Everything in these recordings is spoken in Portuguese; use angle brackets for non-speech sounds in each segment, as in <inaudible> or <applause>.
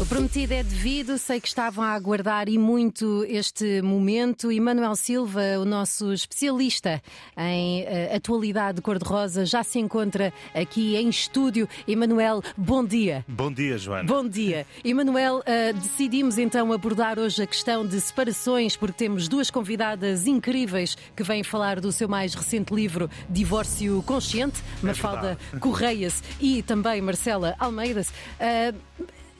O prometido é devido, sei que estavam a aguardar e muito este momento. E Manuel Silva, o nosso especialista em eh, atualidade cor-de-rosa, já se encontra aqui em estúdio. Emanuel, bom dia. Bom dia, Joana. Bom dia. Emanuel, eh, decidimos então abordar hoje a questão de separações, porque temos duas convidadas incríveis que vêm falar do seu mais recente livro, Divórcio Consciente, É Mafalda Correias e também Marcela Almeidas. Eh,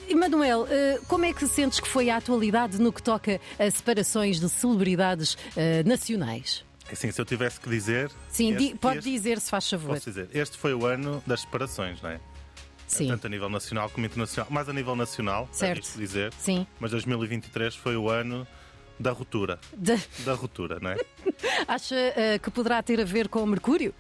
Emanuel, eh, como é que sentes que foi a atualidade no que toca a separações de celebridades eh, nacionais? Assim, se eu tivesse que dizer. Sim, este- di- pode este- dizer se faz favor. Posso dizer, este foi o ano das separações, não é? Sim, Tanto a nível nacional como internacional. Mais a nível nacional, Certo. arrisco dizer. sim. Mas 2023 foi o ano da ruptura. De- Da ruptura, não é? Acha eh, que poderá ter a ver com o Mercúrio?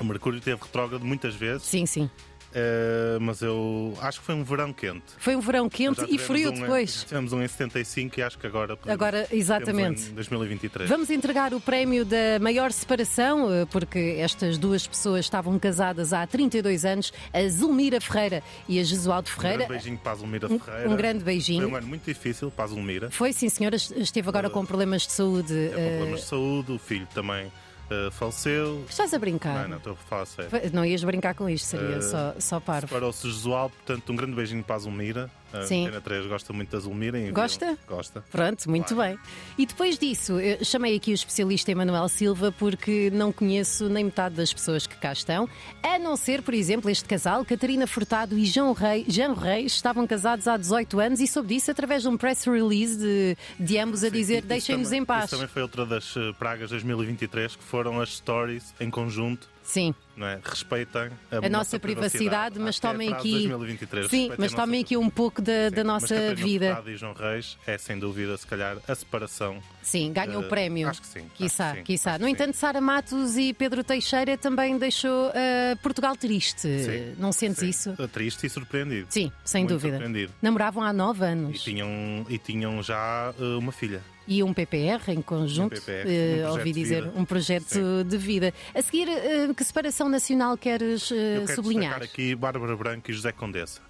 O Mercúrio teve retrógrado muitas vezes, Sim, sim. eh, mas eu acho que foi um verão quente. Foi um verão Nós quente já e tivemos frio um em- depois. Tivemos um em 75 e acho que agora. podemos- Agora, temos um exatamente. Em 2023. Vamos entregar o prémio da maior separação, eh, porque estas duas pessoas estavam casadas há 32 anos, a Zulmira Ferreira e a Jesualdo Um grande Ferreira. beijinho para a Zulmira Um- Ferreira. um grande beijinho. Foi Eh, um ano muito difícil para a Zulmira. Foi, sim, senhora, est- esteve agora com problemas de saúde. Teve eh, É problemas de saúde, o filho também eh, faleceu. Estás a brincar? Não, é Eh, não, estou a falar a sério. Fa- Não ias brincar com isto, seria só, só parvo. Separou-se Josualdo, portanto, um grande beijinho para a Zulmira. A Sim. Antena 3 gosta muito da Zulmira. e enviou- Gosta? Gosta. Pronto, muito Claro. bem. E depois disso, eu chamei aqui o especialista Emanuel Silva porque não conheço nem metade das pessoas que cá estão, a não ser, por exemplo, este casal, Catarina Furtado e João Rei, Jean Reis, estavam casados há 18 anos e soube disso através de um press release de, de ambos a dizer Isso deixem-nos também- em paz. Isso também foi outra das eh, pragas de 2023, que foram as stories em conjunto. Sim, Não é? Respeitem a, a nossa privacidade, mas Acho que é a tomem frase de aqui. 2023, Sim, respeitem mas a nossa tomem aqui um pouco da, da Sim, mas um nossa Catarina vida. Furtado e João Reis é, sem dúvida, se calhar, a separação. Sim, ganha o Eh, prémio. acho que sim, acho Quiçá, que sim, quiçá. acho que no sim. entanto, Sara Matos e Pedro Teixeira também deixou eh, Portugal triste. Sim, Eh, Não sentes Sim. É isso? Triste e surpreendido. Sim, sem Muito dúvida. surpreendido. Namoravam há nove E anos. tinham, e tinham já eh, uma filha. E um PPR em conjunto, Um eh, PPR, um projeto ouvi de dizer, vida. um projeto Sim. de vida. A seguir, eh, que separação nacional queres eh, Eu quero sublinhar? destacar aqui Bárbara Branco e José Condessa.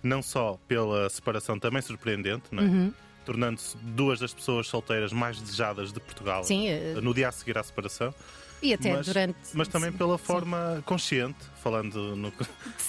Não só pela separação também surpreendente, não é? Uhum. Tornando-se duas das pessoas solteiras mais desejadas de Portugal Sim, eh, no dia a seguir à separação, e até mas, durante. mas também pela forma consciente, falando no, <laughs>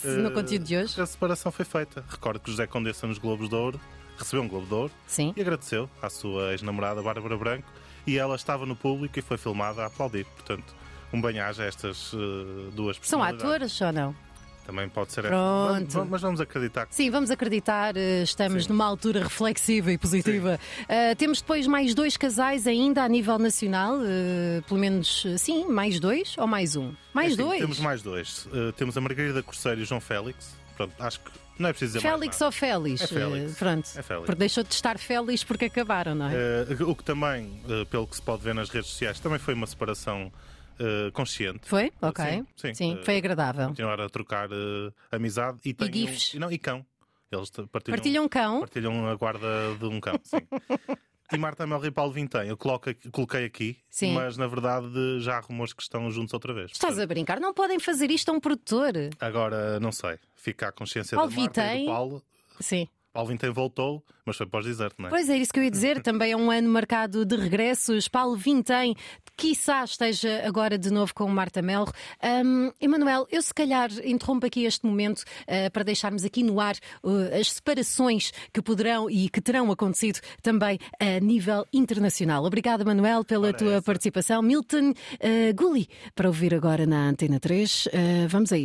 No eh, conteúdo de hoje. que a separação foi feita. Recordo que José Condessa nos Globos de Ouro recebeu um Globo de Ouro Sim. e agradeceu à sua ex-namorada Bárbara Branco e ela estava no público e foi filmada a aplaudir. Portanto, um banhagem a estas eh, duas pessoas. São atores ou não? Também pode ser. Pronto. Vamos- Mas vamos acreditar que Sim, vamos acreditar, eh, estamos Sim. numa altura reflexiva e positiva. Eh, temos depois mais dois casais ainda a nível nacional, eh, pelo menos, eh, sim, mais dois ou mais um? Mais Enfim, dois? É Temos mais dois. Uh, temos a Margarida Corseiro e o João Félix. Pronto, acho que não é preciso dizer Félix mais ou Félix? É Félix. Eh, pronto. É Félix. Porque deixou de estar Félix porque acabaram, não é? nada. Uh, o que também, uh, pelo que se pode ver nas redes sociais, também foi uma separação uh, consciente. Foi? Ok. Sim, sim. Eh, foi agradável. Continuar a trocar uh, amizade e tem um- gifs. e não, e cão. Eles t- partilham, Partilham um cão. partilham a guarda de um cão, <laughs> sim. E Marta Mel e Paulo Vintém, eu coloco aqui- coloquei aqui, Sim. mas na verdade já há rumores que estão juntos outra vez. Estás a brincar? Não podem fazer isto a um produtor. Agora, não sei, fica a consciência Paulo da Marta e Vintém? do Paulo. Sim. Paulo Vintém voltou, mas foi para os deserto, não é? Pois é, isso que eu ia dizer. Também é um ano marcado de regressos. Paulo Vintém, quiçá esteja agora de novo com o Marta Melro. Hum, Emanuel, eu se calhar interrompo aqui este momento eh, para deixarmos aqui no ar eh, as separações que poderão e que terão acontecido também a nível internacional. Obrigada, Manuel, pela Ora, tua ah, essa. participação. Milton eh, Gulli, para ouvir agora na Antena 3. Eh, vamos aí.